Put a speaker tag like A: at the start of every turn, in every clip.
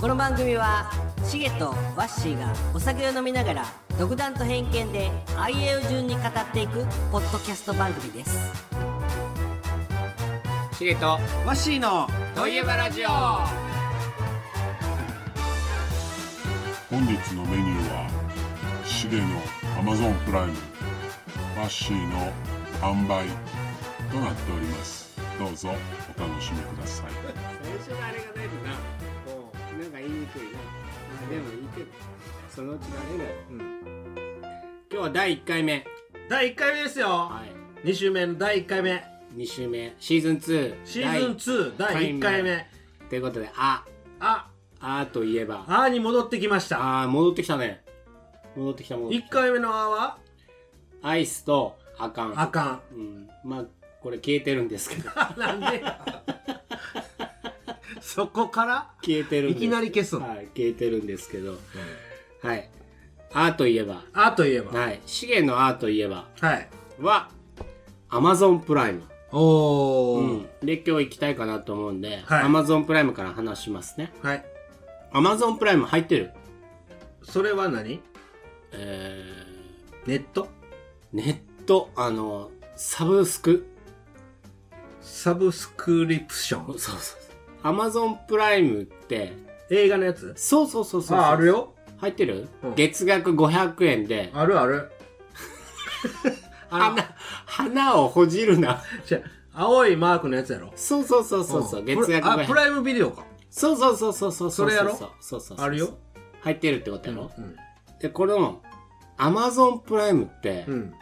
A: この番組はシゲとワッシーがお酒を飲みながら独断と偏見で IA を順に語っていくポッドキャスト番組です
B: シゲと
C: ワッシーの
B: といえばラジオ
D: 本日のメニューはシゲの Amazon プライムバッシーの販売となっておりますどうぞお楽しみください
B: 最初のあれがないとなこうなんか言いにくいな、まあ、でもいいけどそのうち慣れる、うん、今日は第1回目
C: 第1回目ですよ
B: は
C: 2週目の第1回目
B: い2週目シーズン2
C: シーズン2第1回目
B: 2ということであ
C: あ
B: あといえば
C: あーに戻ってきました
B: あー戻ってきたね戻ってきた戻ってき
C: 1回目のあーは
B: たアイスとあかん
C: あか
B: うん、まあこれ消えてるんですけ ど
C: ん なんでそこから
B: 消えてるんです
C: いきなり消すの
B: はい消えてるんですけど、はいあーといえば
C: あーといえば
B: はい資源のあーといえば
C: はい
B: は Amazon プライム、
C: お
B: う
C: ー、
B: ん、で今日行きたいかなと思うんで、
C: はい
B: Amazon プライムから話しますね
C: はい
B: Amazon プライム入ってる
C: それは何
B: え
C: ネット
B: ー、ネットあのサブスク
C: サブスクリプショ
B: そう
C: ン
B: そうそう Amazon プライムって
C: 映画のやつ
B: そうそうそうそうそう
C: ああるよ
B: 入ってる、
C: うん
B: 月額500円で
C: あるあるあの
B: 花花をほじるな
C: じゃあ青いマークのやつやろ
B: そうそうそうそうそう、
C: ん
B: 月額
C: プラあプ
B: 500円
C: ライムビデオか
B: そうそうそうそうそう
C: それやろ
B: そうそうそうそう
C: あるよ
B: 入ってるってことやろ、
C: うん
B: でこの Amazon プライムって
C: うん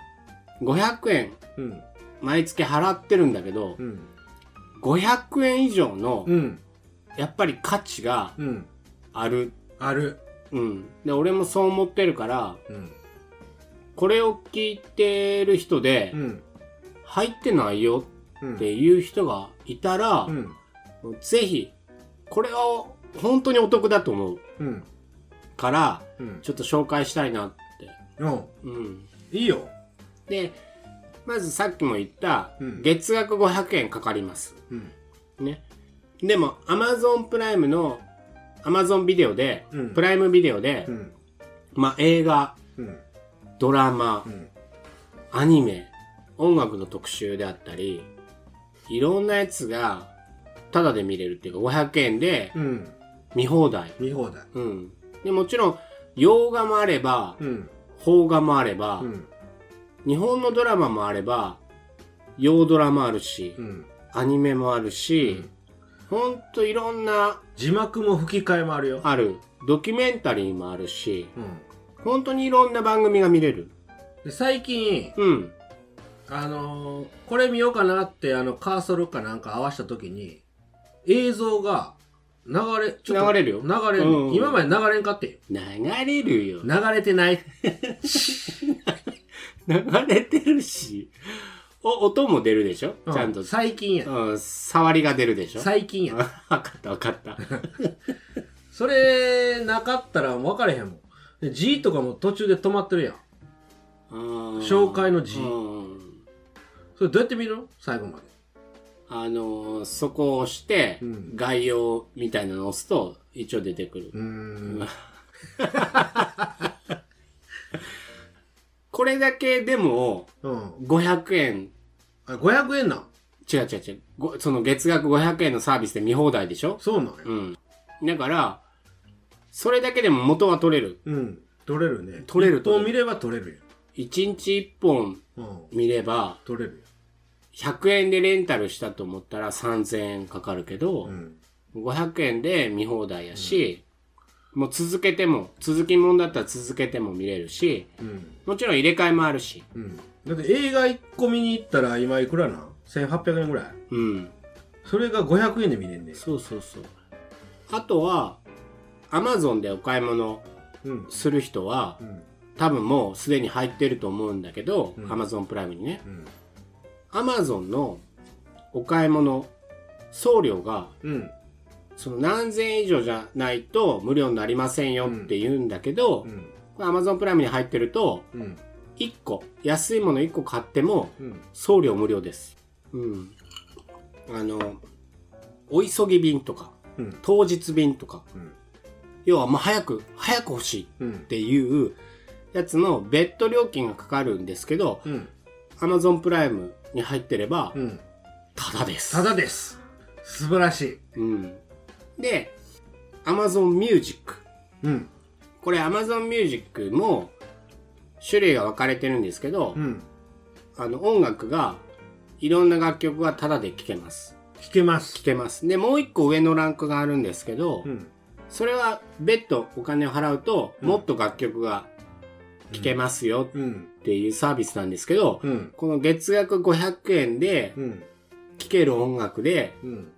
B: 500円
C: うん
B: 毎月払ってるんだけど、
C: うん
B: 500円以上の
C: うん
B: やっぱり価値が
C: うん
B: ある、
C: ある
B: うん、で俺もそう思ってるから
C: うん
B: これを聞いてる人で
C: うん
B: 入ってないよ
C: うん
B: っていう人がいたら、
C: うん
B: ぜひこれは本当にお得だと思う
C: うん
B: から
C: うん
B: ちょっと紹介したいなって、
C: うん
B: うん、
C: いいよ
B: でまずさっきも言った
C: うん
B: 月額500円かかります、
C: うん
B: ね。でも、Amazon プライムの、Amazon ビデオで、
C: うん
B: プライムビデオで、
C: うん
B: まあ、映画、
C: うん
B: ドラマ
C: う、ん
B: アニメ、音楽の特集であったり、いろんなやつが、タダで見れるっていうか、500円で
C: うん
B: 見放題。
C: 見放題
B: うん。で、もちろん、洋画もあれば、
C: うん
B: 邦画もあれば、
C: うん
B: 日本のドラマもあれば、洋ドラもあるし、
C: うん
B: アニメもあるし、ほんといろんな
C: 字幕も吹き替えもあるよ
B: あるドキュメンタリーもあるし
C: うん
B: 本当にいろんな番組が見れる
C: で最近
B: うん
C: あのーこれ見ようかなってあのカーソルかなんか合わせた時に映像が流れち
B: 流れるよ
C: 流れる、
B: うんうん
C: 今まで流れんかってよ
B: 流れるよ
C: 流れてない
B: 流れてるしお音も出るでしょ、ちゃん
C: う
B: と、
C: 最近や
B: うん、触りが出るでし ょ
C: 最近や
B: 分かった分か った
C: それなかったら分かれへんもんで G とかも途中で止まってるやん
B: 紹
C: 紹介の字
B: うん、
C: それどうやって見るの最後まで
B: あのーそこを押して、
C: うん
B: 概要みたいなのを押すと一応出てくる、
C: うーん
B: これだけでも
C: うん
B: 500円
C: あ500円なん
B: 違う違う違うごその月額500円のサービスで見放題でしょ
C: そうなんや
B: うん。だから、それだけでも元は取れる。
C: うん取れるね
B: 取れる
C: 一本
B: 取れる
C: 見れば取れる
B: 1日1本
C: やんうん
B: 見れば、
C: 取れる
B: 100円でレンタルしたと思ったら3000円かかるけ
C: や
B: ど
C: んう、ん
B: 500円で見放題やし、もう続けても、続きもんだったら続けても見れるし、
C: うん
B: もちろん入れ替えもあるし、
C: うんだって映画1個見に行ったら今いくらなん1800円ぐらい
B: うん。
C: それが500円で見れんねん
B: そうそうそう。あとは、Amazon でお買い物
C: うん
B: する人は
C: う、ん
B: 多分もうすでに入ってると思うんだけど、
C: うん
B: Amazon プライムにね。
C: うん
B: アマゾンのお買い物送料が
C: うん
B: その何千円以上じゃないと無料になりませんよって言うんだけど
C: う、ん
B: アマゾンプライムに入ってると
C: うん
B: 1個安いもの1個買っても
C: うん
B: 送料無料です。うん。あのお急ぎ便とか
C: うん
B: 当日便とか
C: うん
B: 要はもう早く、早く欲しい
C: うん
B: っていうやつの別途料金がかかるんですけど、
C: うん
B: Amazon プライムに入ってれば
C: う、ん
B: ただです。
C: ただです素晴らしい
B: うん。で、Amazon Music。
C: うん
B: これ Amazon Music も種類が分かれてるんですけど、
C: うん
B: あの音楽がいろんな楽曲がタダで聴けます。
C: 聞けます
B: 聴けます。で、もう一個上のランクがあるんですけど、
C: うん
B: それは別途お金を払うと、
C: うん
B: もっと楽曲が聴けますよ
C: うん
B: っていうサービスなんですけど、
C: うん
B: この月額500円で
C: うん
B: 聴ける音楽で
C: うん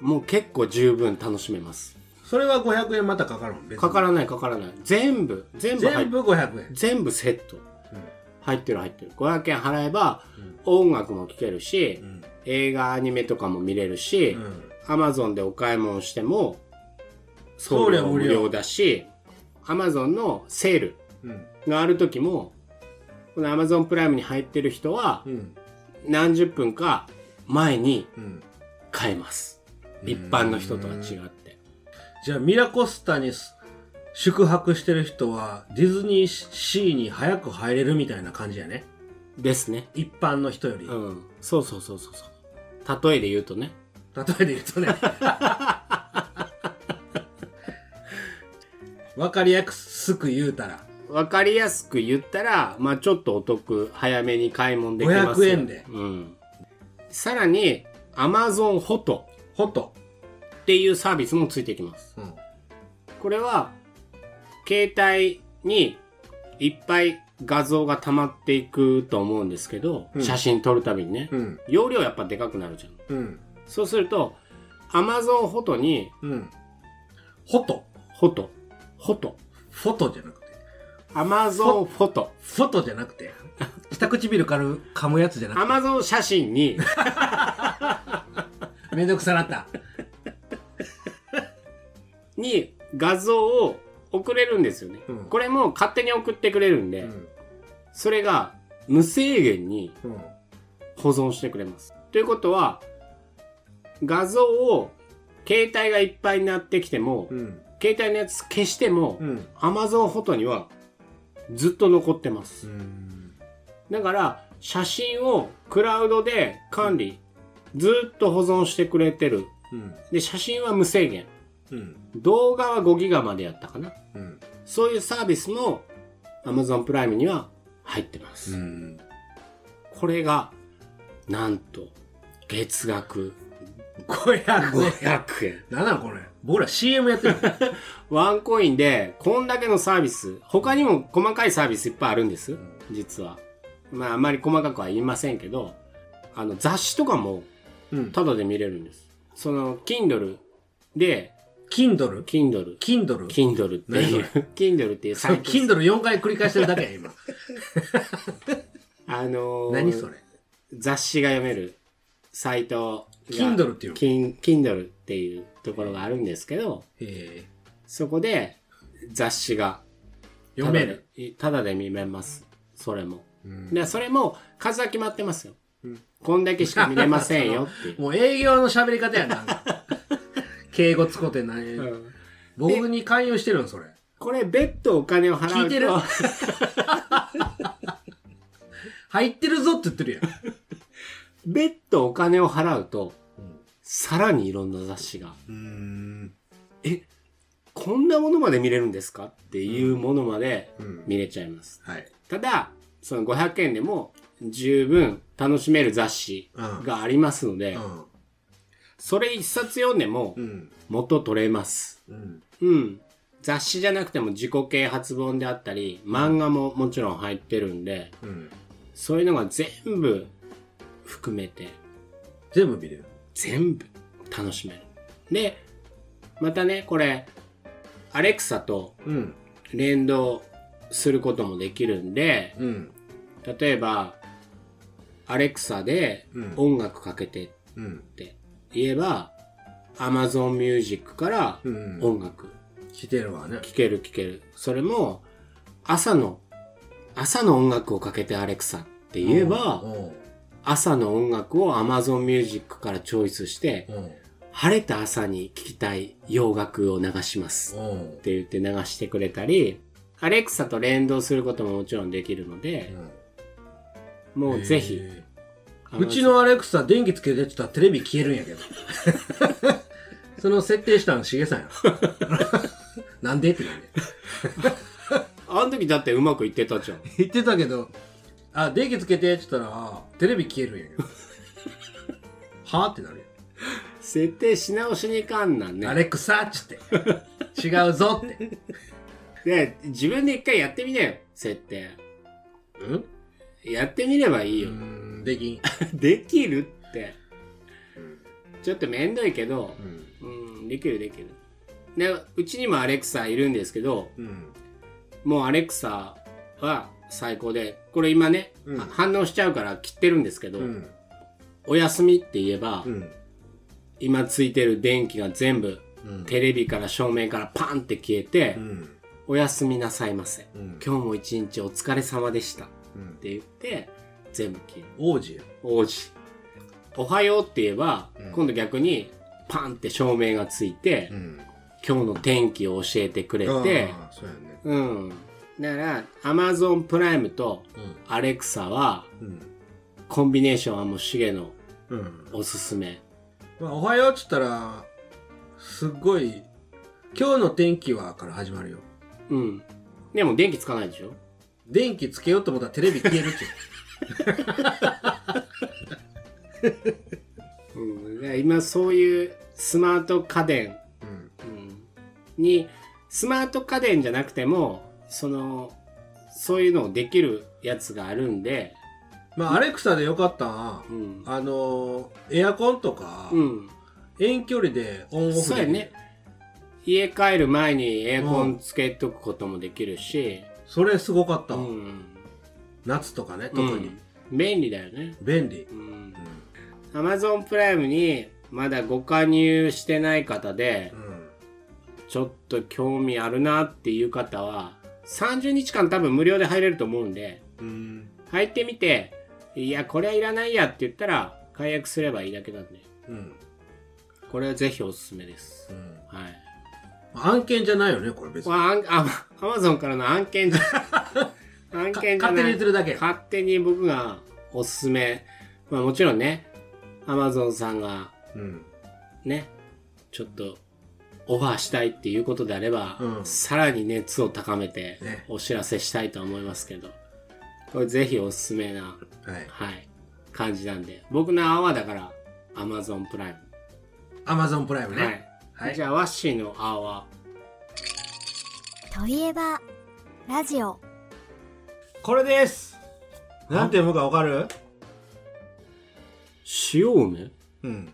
B: もう結構十分楽しめます。
C: それは500円またかかるん別に
B: かからないかからない。全部、全部入っ
C: 全部500円
B: 全部セット。入ってる入ってる。500円払えば
C: うん
B: 音楽も聴けるし、
C: うん
B: 映画、アニメとかも見れるし
C: う、ん
B: Amazon でお買い物しても送
C: 送料
B: 料
C: 無
B: 無
C: 料
B: 料だし、Amazon のセール
C: うん
B: がある時も、この Amazon プライムに入ってる人は
C: うん
B: 何十分か前に
C: うん
B: 買えます。一般の人とは違って。
C: じゃあミラコスタにす宿泊してる人はディズニーシーに早く入れるみたいな感じやね
B: ですね。
C: 一般の人より、
B: うん。そうそうそうそうそう。例えで言うとね。
C: 例えで言う とねわかりやすく言うたら
B: わかりやすく言ったら、まあちょっとお得、早めに買い物できますよ
C: 500円で
B: うん。さらに、Amazon フォト
C: ホト、
B: っていうサービスもついてきます。
C: うん
B: これは、携帯にいっぱい画像が溜まっていくと思うんですけど、
C: うん
B: 写真撮るたびにね、
C: うん
B: 容量やっぱでかくなるじゃん。
C: うん
B: そうすると、Amazon フォトに、
C: うんホト
B: フォト、フォト、
C: フォトじゃなくて
B: Amazon フォト、
C: フォトじゃなくて下唇から噛むやつじゃなく
B: Amazon 写真に、
C: てめんどくさなった
B: に画像を送れるんですよね、
C: うん
B: これも勝手に送ってくれるんで、
C: うん
B: それが無制限に
C: うん
B: 保存してくれますということは画像を携帯がいっぱいになってきても、
C: うん
B: 携帯のやつ消しても、
C: うん
B: Amazon フォトにはずっと残ってま
C: う
B: す、
C: ん
B: だから写真をクラウドで管理、ずっと保存してくれてる
C: うん
B: で写真は無制限
C: うん
B: 動画は5ギガまでやったかな
C: うん
B: そういうサービスも Amazon プライムには入ってます。
C: うん
B: これが、なんと、月額
C: 500円
B: 500円。
C: なんなんこれ僕ら CM やってる
B: ワンコインで、こんだけのサービス、他にも細かいサービスいっぱいあるんです、実は。まあ、あまり細かくは言いませんけど、あの、雑誌とかも、
C: うん
B: タダで見れるんです。その、Kindle で、
C: Kindle
B: Kindle、
C: Kindle
B: Kindle っていう、Kindle っていうサイト。
C: Kindle4 回繰り返してるだけや今
B: あのー
C: 何それ
B: 雑誌が読めるサイトが
C: Kindle っていうの
B: Kin- Kindle っていうところがあるんですけど
C: え
B: そこで雑誌が
C: ー、読める
B: ただで見れますそれも、
C: うん
B: でそれも数は決まってますよ、
C: ん
B: こんだけしか見れませんよってい、
C: もう営業の喋り方やななんか敬語つこうてないう
B: うん
C: 僕に勧誘してるのそれ
B: これ別途お金を払うと
C: 聞いてる 入ってるぞって言ってるやん
B: 別途お金を払うと
C: ん
B: さらにいろんな雑誌が
C: うん
B: こんなものまで見れるんですかっていうものまで
C: うん
B: 見れちゃいます、
C: はい
B: ただその500円でも十分楽しめる雑誌がありますので、
C: うん
B: それ一冊読んでも
C: うん
B: 元取れます。
C: うん
B: うん。雑誌じゃなくても自己啓発本であったり、漫画ももちろん入ってるんで、
C: うん
B: そういうのが全部含めて、
C: 全部見れる
B: 全部楽しめる。で、またね、これ、アレクサと
C: うん
B: 連動することもできるんで、
C: うん
B: 例えば、アレクサで
C: うん
B: 音楽かけてっ
C: うん
B: て言えば、Amazon Music から
C: うん
B: 音楽
C: 来てるわね
B: 聴ける聴ける。それも、朝の、朝の音楽をかけてアレクサって言えば、
C: うん
B: 朝の音楽を Amazon Music からチョイスして
C: う、ん
B: 晴れた朝に聴きたい洋楽を流します
C: うん。
B: って言って流してくれたり、アレクサと連動することももちろんできるので、もうぜひ、
C: えー
B: あ
C: うちのアレクサ、電気つけてって言ったらテレビ消えるんやけど。 その設定したのしげさんやろ。なんでってなんで。
B: あの時だってうまくいってたじゃん。
C: 言ってたけど、あ、電気つけてって言ったら、あテレビ消えるんや けど。はってなる
B: 設定し直しにいかんなん
C: やん。ア
B: ね。
C: レクサっつ って。違うぞって。
B: で、自分で一回やってみなよ、設定。
C: うん
B: やってみればいいうよ。
C: ーん、できん。
B: できるって。ちょっとめんどいけど、うん、できるできる。で、うちにもアレクサいるんですけど、
C: うん。
B: もうアレクサは最高で、これ今ね、
C: うん
B: あ反応しちゃうから切ってるんですけど、
C: うん。
B: おやすみって言えば、
C: うん。
B: 今ついてる電気が全部、
C: うん。
B: テレビから照明からパンって消えて、
C: うん。
B: おやすみなさいませ。
C: うん。
B: 今日も一日お疲れ様でしたっ
C: うん。
B: て言って、全部消える。
C: 王子や。
B: 王子。おはようって言えば、
C: うん
B: 今度逆に、パンって照明がついて、
C: ん。
B: 今日の天気を教えてくれて、
C: あーそうやね。
B: うん。だから、Amazon プライムと
C: う
B: Alexa は、
C: ん。
B: コンビネーションはもうシゲの
C: うん。うん。
B: おすすめ。
C: まあ、おはようっつったら、すっごい、今日の天気はから始まるよ。
B: うん。でも電気つかないでしょ
C: 電気つけようと思ったらテレビ消えるっ ちゅ
B: うん。だから今そういうスマート家電、
C: う。うん。
B: うんに、スマート家電じゃなくても、その、そういうのをできるやつがあるんで、
C: まあ、アレクサでよかったん
B: うん。
C: あのー、エアコンとか、
B: うん。
C: 遠距離でオンオフで。
B: そうやね。家帰る前にエアコンつけとくこともできるし、
C: それすごかっ
B: う
C: たわ、
B: ん。
C: 夏とかね、特に。
B: うん便利だよね。
C: 便利。
B: うん
C: う。
B: Amazon プライムにまだご加入してない方で、
C: ん。うん
B: ちょっと興味あるなっていう方は、30日間多分無料で入れると思うんで、
C: うん。
B: 入ってみて、いや、これはいらないやって言ったら、解約すればいいだけなんで、
C: うん。
B: これはぜひおすすめです
C: う。ん。
B: はい。
C: 案件じゃないよね、これ別に。
B: まあ、あんあアマゾンからの案件 じゃ案件じゃない
C: 勝手に言ってるだけ。
B: 勝手に僕がおすすめ、まあ、もちろんねアマゾンさんが
C: うん。
B: ねちょっとオファーしたいっていうことであれば、
C: うん
B: さらに熱を高めて
C: ね
B: お知らせしたいと思いますけど、これぜひおすすめな、
C: はい。
B: はい、感じなんで僕の泡だからアマゾンプライ
C: アマゾンプライム
B: ム、
C: ね。
B: は、
C: はいい。
B: じゃあワッシーの泡は
E: といえば、ラジオ。
C: これです。なんて読むかわかる
B: 塩梅
C: うん。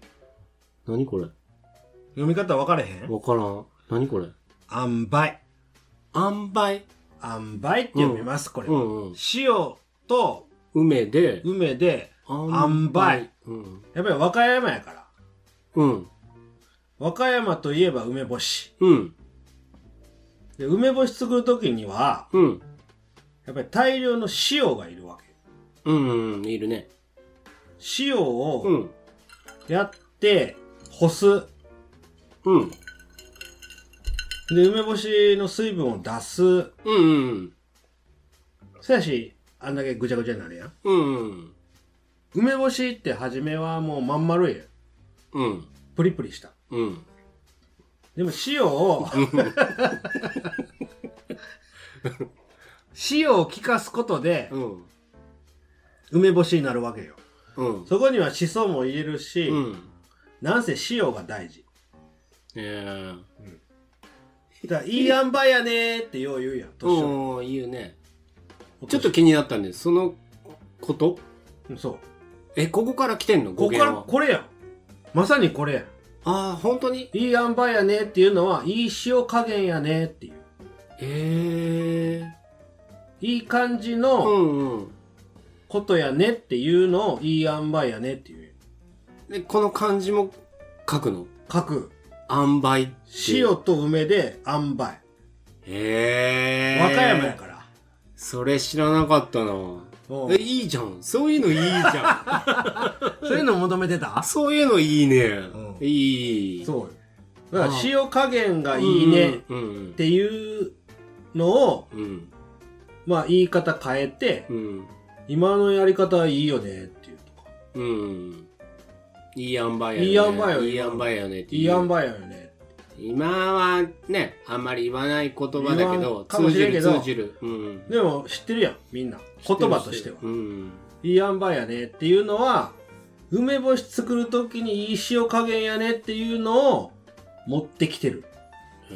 B: 何これ
C: 読み方わかれへん
B: わからん何これ
C: あんばい。
B: 塩梅
C: あんばいって読みます、これ
B: う
C: は。
B: んうん
C: 塩と
B: 梅で
C: 梅で、塩梅
B: うん
C: やっぱり和歌山やから。
B: うん
C: 和歌山といえば梅干し。
B: うん
C: で梅干し作るときには、
B: うん
C: やっぱり大量の塩がいるわけ。
B: うんうんいるね
C: 塩
B: う
C: を
B: ん
C: やって、干す。
B: うん
C: で、梅干しの水分を出す。
B: うんうん
C: そやし、あんだけぐちゃぐちゃになるやん。
B: うんうん
C: 梅干しって初めはもうまん丸いよ。
B: うん
C: プリプリした。
B: うん
C: でも塩を、 塩を効かすことで
B: う、ん
C: 梅干しになるわけよ。
B: うん
C: そこにはシソも入れるし、
B: うん
C: なんせ塩が大事。
B: え
C: だから、いい塩梅やねーってよう言うやん、
B: え
C: 年を
B: おおいいよねちょっと気になったんですそのこと
C: うんそう。
B: えここから来てんの
C: こ
B: 語
C: こか
B: 源
C: ら、
B: は
C: これやん。まさにこれやん。
B: ああ本当に
C: いい塩梅やねーっていうのは、いい塩加減やねーっていう。
B: へえ
C: いい感じ
B: う
C: の
B: んうん
C: ことやねっていうのを、いい塩梅やねっていう。
B: でこの漢字も書くの
C: 書く。
B: 塩梅って
C: 塩と梅で塩梅。
B: へえ
C: 和歌山やから。
B: それ知らなかったな
C: うん
B: えいいじゃんそういうのいいじゃん
C: そういうの求めてた
B: そういうのいいね
C: うん。
B: いいいい。
C: そうよだから
B: ああ
C: 塩加減がいいね
B: うん。う
C: っ
B: ん
C: ていうのを、
B: うん。
C: まあ言い方変えて、
B: うん。
C: 今のやり方いいよねっていうとか、
B: うん。いい塩梅やね。
C: いい塩梅よ
B: いい塩梅やねって
C: いい
B: いう。
C: 塩梅やよね。
B: 今はね、あんまり言わない言葉だけ
C: 言わ
B: ど
C: ん、かも
B: 通
C: し
B: じ
C: れんけ
B: る
C: ど
B: 通じる。うん。
C: でも知ってるやん、みんな。言葉としては。
B: うん。
C: いい塩梅やねっていうのは、梅干し作るときにいい塩加減やねっていうのを持ってきてる。
B: へ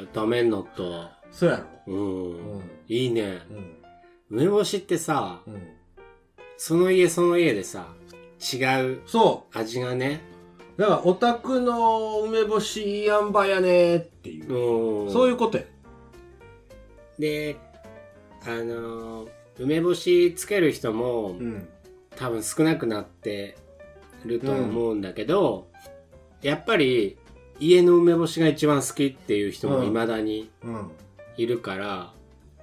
B: え、ダメんのと。
C: そうやろ。
B: うん。
C: うん
B: いいね。
C: うん。
B: 梅干しってさ、
C: うん。
B: その家その家でさ、違う
C: そ
B: 味がね。
C: う。だから、オタクの梅干しいい塩梅やねっていう。
B: うん。
C: そういうことや。
B: で、あのー梅干しつける人も、
C: うん。
B: 多分少なくなってると思うんだけど、やっぱり家の梅干しが一番好きっていう人も
C: うん
B: 未だに
C: うん。
B: いるから、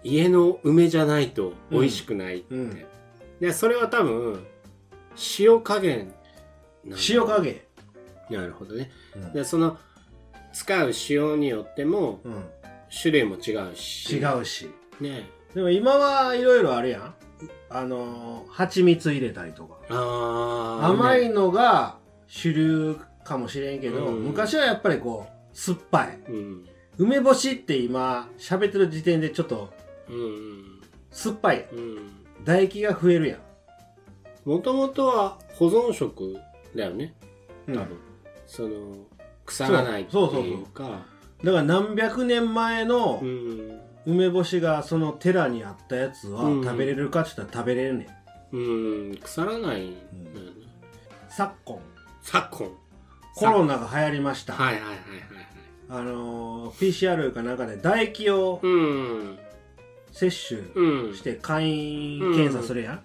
B: 家の梅じゃないと美味しくないって、
C: うん
B: でそれは多分塩加減なんだ
C: 塩加減。
B: なるほどね
C: うん
B: でその使う塩によっても
C: うん。
B: 種類も違うし
C: 違うし。
B: ね
C: でも今はいろいろあるやん。あのー、蜂蜜入れたりとか。
B: あー
C: 甘い
B: ね
C: のが主流かもしれんけど、
B: うん
C: 昔はやっぱりこう、酸っぱい。
B: うん
C: 梅干しって今、喋ってる時点でちょっと
B: うん
C: 酸っぱい。
B: うんうん
C: 唾液が増えるやん。
B: もともとは保存食だよね
C: うん
B: 多分、その腐らないって
C: そうそうそう
B: いうか
C: だから何百年前の
B: うん
C: 梅干しがその寺にあったやつは
B: うん
C: 食べれるかって言ったら食べれるねん。
B: うん腐らないんだよね、
C: 昨今、
B: 昨今
C: コロナが流行りました。
B: はいはいはいはいはい
C: あのー、PCR かなんかで唾液を
B: うん
C: 摂取
B: うん
C: して簡易検査するやん、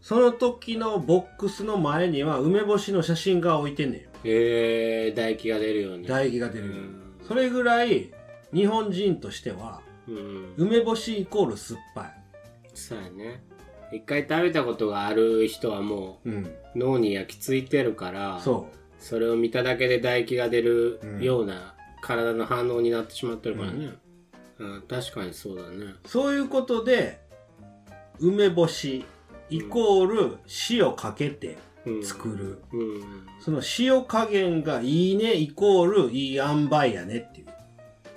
C: その時のボックスの前には梅干しの写真が置いてんねんよ
B: えー、唾液が出るように
C: 唾液が出るよう
B: う
C: に
B: ん
C: それぐらい日本人としては
B: うん
C: 梅干しイコール酸っぱい、
B: そうやね一回食べたことがある人はも
C: うん、
B: う脳に焼き付いてるから
C: そ
B: それを見ただけで唾液が出るような体の反応になってしまってるからね、うん確かにそうだね
C: うそういうことで梅干しイコール塩かけて
B: うん
C: 作る、
B: うん
C: その塩加減がいいねイコールいい塩梅やねっていう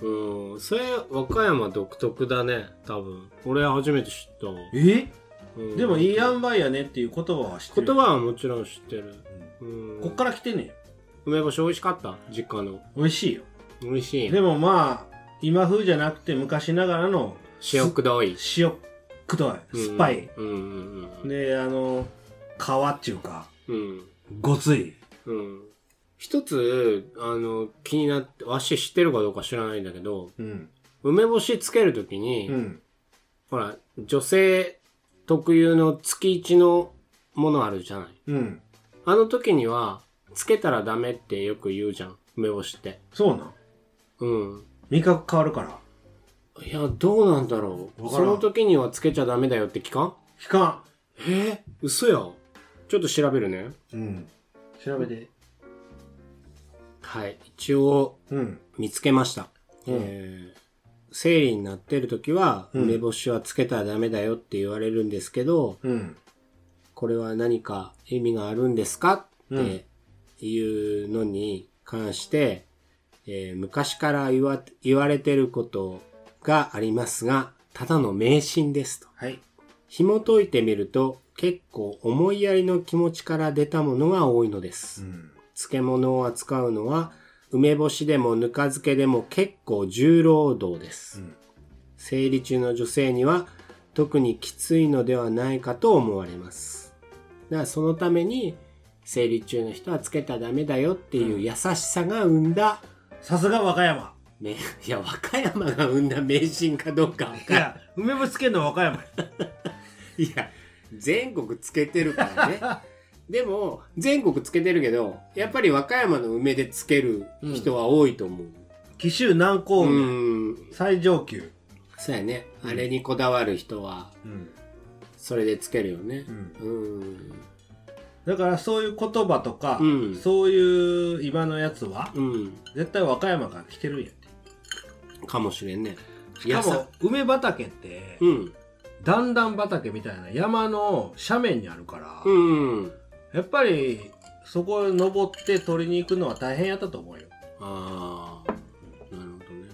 B: うん、それ和歌山独特だね多分俺は初めて知ったわ、
C: え
B: うん
C: でもいい塩梅やねっていう言葉は知って
B: 言
C: る
B: 葉はもちろん知ってる、うん
C: こっから来てんねんよ
B: 梅干し美味しかった実家の
C: 美味しいよ
B: 美味しいね
C: でもまあ今風じゃなくて昔ながらの
B: 塩くどい
C: 塩くどい酸っぱい、
B: うんうんうん
C: であの皮っていうか
B: うん
C: ごつい
B: うん、うん、一つあの気になってわし知ってるかどうか知らないんだけど
C: うん
B: 梅干しつけるときに、
C: うん
B: ほら、女性特有の月一のものあるじゃない。
C: うん
B: あの時には、つけたらダメってよく言うじゃん。梅干しって。
C: そうなん
B: うん。
C: 味覚変わるから
B: いや、どうなんだろう。
C: わからん
B: その時にはつけちゃダメだよって聞かん
C: 期間
B: え嘘や。ちょっと調べるね。
C: うん調べて
B: はい。一応、
C: うん
B: 見つけました。
C: うん
B: えー生理になってる時は、
C: うん
B: 梅干しはつけたらダメだよって言われるんですけど、
C: うん
B: これは何か意味があるんですか
C: う
B: っ
C: ん
B: ていうのに関して、えー昔から言わ言われてることがありますが、ただの迷信ですと。
C: はい
B: 紐解いてみると、結構思いやりの気持ちから出たものが多いのです。
C: ん
B: 漬物を扱うのは、梅干しでもぬか漬けでも結構重労働です。
C: うん
B: 生理中の女性には特にきついのではないかと思われますだからそのために生理中の人はつけたらダメだよっていう優しさが生んだ、
C: さすが和歌山
B: めい や和歌山が生んだ迷信かどうかわ
C: い
B: からん
C: や梅干しつけんの和歌山や
B: いや全国つけてるから ねでも全国つけてるけどやっぱり和歌山の梅でつける人は多いと思う
C: 紀州南高
B: う
C: 梅、
B: ん
C: 最上級
B: そうやねあれにこだわる人は
C: うん
B: それでつけるよね
C: うん
B: うん
C: だからそういう言葉とか、
B: うん
C: そういう今のやつは、
B: うん。
C: 絶対和歌山から来てるんやって。
B: かもしれんね。
C: しかも、梅畑って、
B: うん。
C: 段々畑みたいな山の斜面にあるから、
B: うん。
C: やっぱり、そこへ登って取りに行くのは大変やったと思うよ。
B: ああ。なるほどね。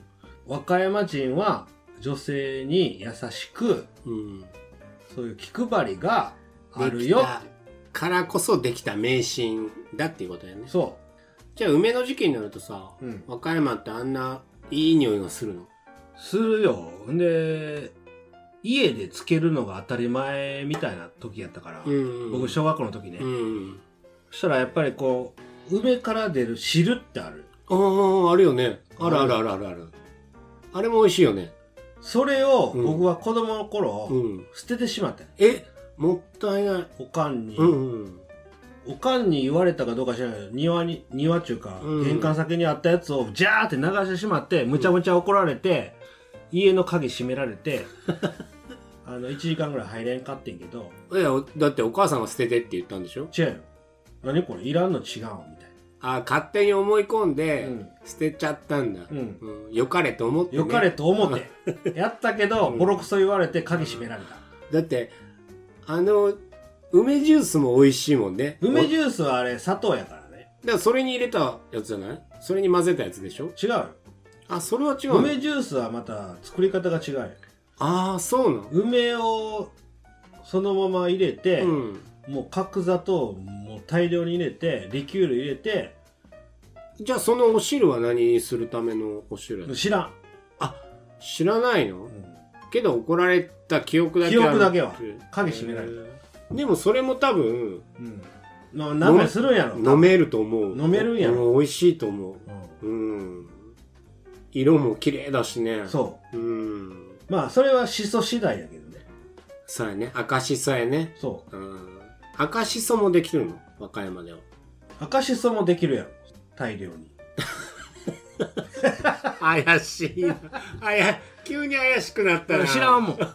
C: 和歌山人は女性に優しく、
B: うん。
C: そういう気配りがある
B: で
C: よ
B: きたからこそできた迷信だっていうことやね。
C: そ
B: じゃあ梅の時期になるとさ、
C: う。うん。
B: 和歌山ってあんないい匂いがするの
C: するよ。んで、家でつけるのが当たり前みたいな時やったから、
B: ん
C: 僕小学校の時ね。
B: うん。
C: そしたらやっぱりこう、梅から出る汁ってある。
B: ああ、あるよね。あるあるあるあるある。あれも美味しいよね。
C: それを
B: うん
C: 僕は子供の頃、
B: うん。
C: 捨ててしまったよ
B: え、もったいない。
C: おかんに、
B: うん。
C: おかんに言われたかどうか知らないけど庭に庭っていうか、
B: うん
C: 玄関先にあったやつをジャーって流してしまってむちゃむちゃ怒られて、家の鍵閉めら れてあの1時間ぐらい入れんかってんけど
B: いや、だってお母さんが捨ててって言ったんでしょ
C: 違うよ何これいらんの違うみたい
B: あー勝手に思い込んで
C: うん
B: 捨てちゃったんだ。
C: な、うん、
B: うんよかれと思って、ね。
C: よかれと思ってやったけど、ボロクソ言われて鍵閉められた
B: だって、あの、梅ジュースも美味しいもんね。
C: 梅
B: ュース
C: ジュースはあれ砂糖やからね
B: だからそれに入れたやつじゃないそれに混ぜたやつでしょ
C: 違うよ
B: あ、それは違うの
C: 梅ジュースはまた作り方が違うよ
B: ああ、そうなの
C: 梅をそのまま入れて、
B: うん。
C: もう角砂糖をもう大量に入れてリキュール入れて
B: じゃあそのお汁は何にするためのお汁やの
C: 知らん、
B: 知らないのけど怒られた記憶だけ
C: 記憶だけは
B: ある
C: 鍵閉められた、
B: でもそれも多分
C: うんの何枚するんやろ
B: 飲めると思う
C: 飲めるんやろ
B: う美味しいと思う
C: う
B: うん色も綺麗だしね
C: んそう
B: うん
C: うまあそれはしそ次第やけどね
B: そうやね赤しそやね
C: そ
B: うん赤しそもできるの和歌山では
C: う赤しそもできるやろ大量に
B: 怪しいなあや急に怪しくなったな
C: 知らんもん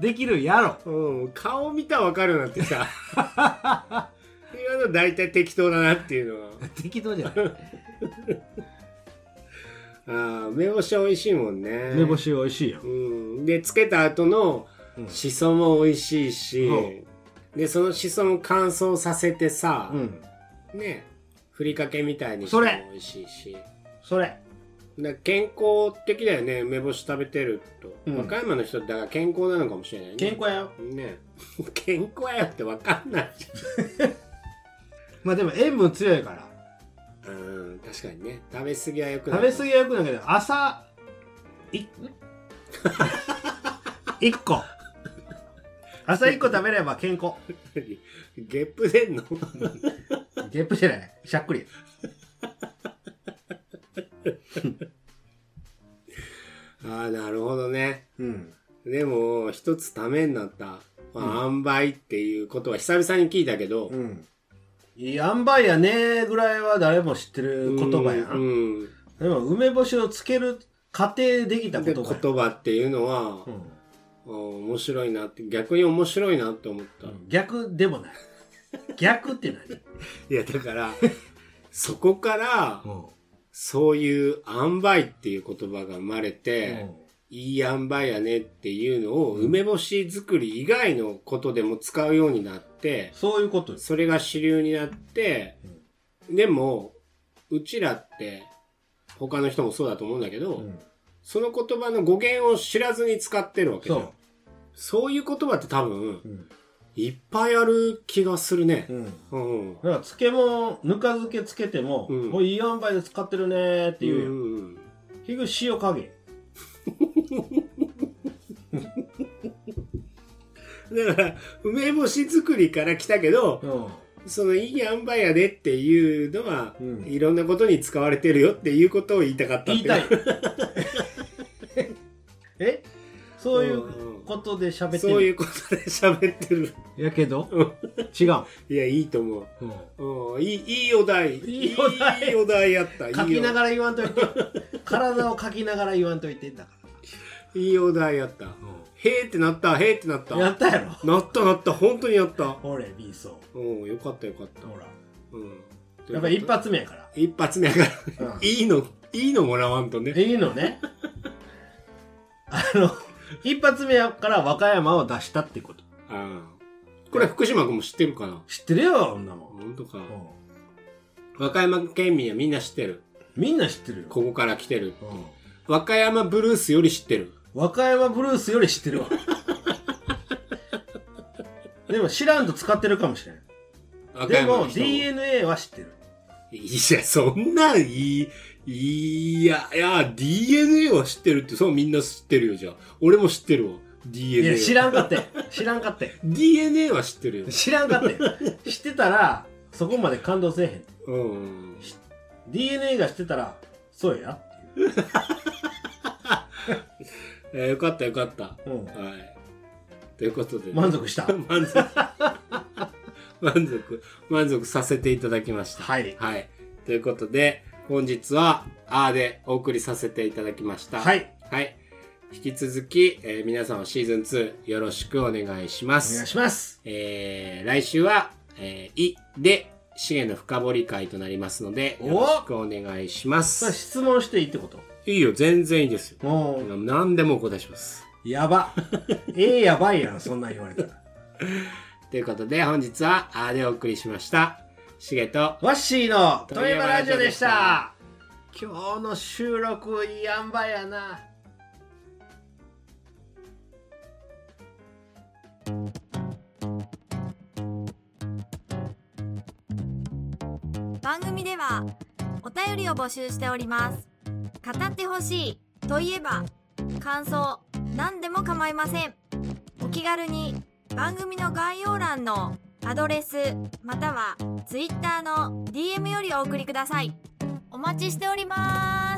C: できるやろ
B: うん、顔見たらわかるなって さ今の大体適当だなっていうのは
C: 適当じゃない
B: あー梅干し美味しいもんね
C: 梅干し美味しいよ
B: うんでつけた後の
C: うん
B: しそも美味しいし、
C: うん
B: でそのしそも乾燥させてさ、
C: うん
B: ねふりかけみたいにしても
C: それ
B: 美味しいし
C: それ
B: だから健康的だよね梅干し食べてると、
C: うん
B: 和歌山の人だから健康なのかもしれないね
C: 健康やよ
B: ね 健康やってわかんないじ
C: まあでも塩分強いから
B: ゃんうん確かにね食べ過ぎはよくない
C: 食べ過ぎはよくないけど朝い 一個朝一個食べれば健康
B: ゲップ出んの
C: ゲップじゃないしゃっくり
B: ああ、なるほどね。
C: うん
B: でも、一つためになった。まあ、塩梅っていうことは久々に聞いたけど、
C: うんいい塩梅やねーぐらいは誰も知ってる言葉や
B: うんんで
C: でも梅干しをつける過程できた言
B: 言
C: 葉や
B: 葉っていうのは、あー面白いなって、逆に面白いなって思った。
C: うん、逆でもない逆って何
B: いや、だから、 そこから、そういう塩梅っていう言葉が生まれて、いい塩梅やねっていうのを、梅干し作り以外のことでも使うようになって、
C: そういうことです
B: それが主流になって、でも、うちらって、他の人もそうだと思うんだけど、
C: うん
B: その言葉の語源を知らずに使ってるわけじゃん
C: そ
B: そういう言葉って多分、
C: う、うん
B: いっぱいある気がするね
C: う。
B: う
C: ん
B: ん。
C: だから漬物ぬか漬けつけても、
B: うん
C: もういい塩梅で使ってるねーっていうよ、
B: うん
C: 結局塩加減
B: だから、梅干し作りから来たけど、
C: うん
B: そのいい塩梅やでっていうのは、
C: うん
B: いろんなことに使われてるよっていうことを言いたかったっ
C: 言い
B: て
C: たいえ そうい
B: うん
C: うことで喋ってる
B: そういうことで喋ってる。
C: やけど
B: うん
C: 違う、
B: いや、いいと思う。
C: うん
B: うん、いい、いいお題。
C: いいお題
B: いいお題やった。
C: 書きな
B: ら。
C: がら言わんといて体を書きながら言わんといてだか
B: いいお題やった。
C: ら、
B: へーってなったへーってなった
C: やったやろ
B: なったなった本当にやった
C: ほれ B そ
B: うんよかったよかった
C: うほら
B: うん
C: やっぱり一発目やから
B: 一発目やから、
C: うん
B: いいのいいのもらわんとね
C: いいのねあの一発目やから和歌山を出したってこと
B: ああこれ福島君も知ってるかな
C: 知ってるよ女もん、
B: 本当か
C: うん
B: 和歌山県民はみんな知ってる
C: みんな知ってるよ、
B: ここから来てる
C: うん、
B: 和歌山ブルースより知ってる
C: 和歌山ブルースより知ってるわでも知らんと使ってるかもしれん
B: 和歌
C: で
B: 山
C: も
B: の人
C: DNA は知ってる
B: いや、そんなんいい、いや、いや、DNA は知ってるって、そうみんな知ってるよ、じゃあ。俺も知ってるわ。
C: い
B: DNA
C: や
B: は。
C: 知らんかったよ知らんかったよ
B: DNA は知ってるよ。
C: 知らんかったよ知ってたらそこまで感動せえへん
B: うんうん。
C: DNA が知ってたらそうやっていう
B: えーよかった、よかった。は
C: うん
B: い。ということで、
C: 満足した
B: 満足。満足。満足させていただきました。
C: はい
B: はい。ということで、本日は、あーでお送りさせていただきました。
C: はい
B: はい。引き続き、えー皆さんはシーズン2よろしくお願いしま
C: お
B: す
C: 願い。します
B: えー来週は、えーいで、資源の深掘り会となりますので、
C: お
B: よろしくお願いしま
C: それ
B: す。
C: 質問していいってこと
B: いいよ、全然いいですよ。
C: もう
B: 何でもお答えします。
C: やばええやばいやんそんなん言われたら
B: ということで、本日は、あーでお送りしました。しげと、
C: ワッシーの富
B: 富山
C: 山
B: ラ
C: ラ
B: ジ
C: ジ
B: オ
C: オ
B: で
C: で
B: し
C: したた今日の収録いいあんばやな
E: 番組ではお便りを募集しております語ってほしいといえば感想何でも構いませんお気軽に番組の概要欄のアドレスまたは Twitter の DM よりお送りくださいお待ちしております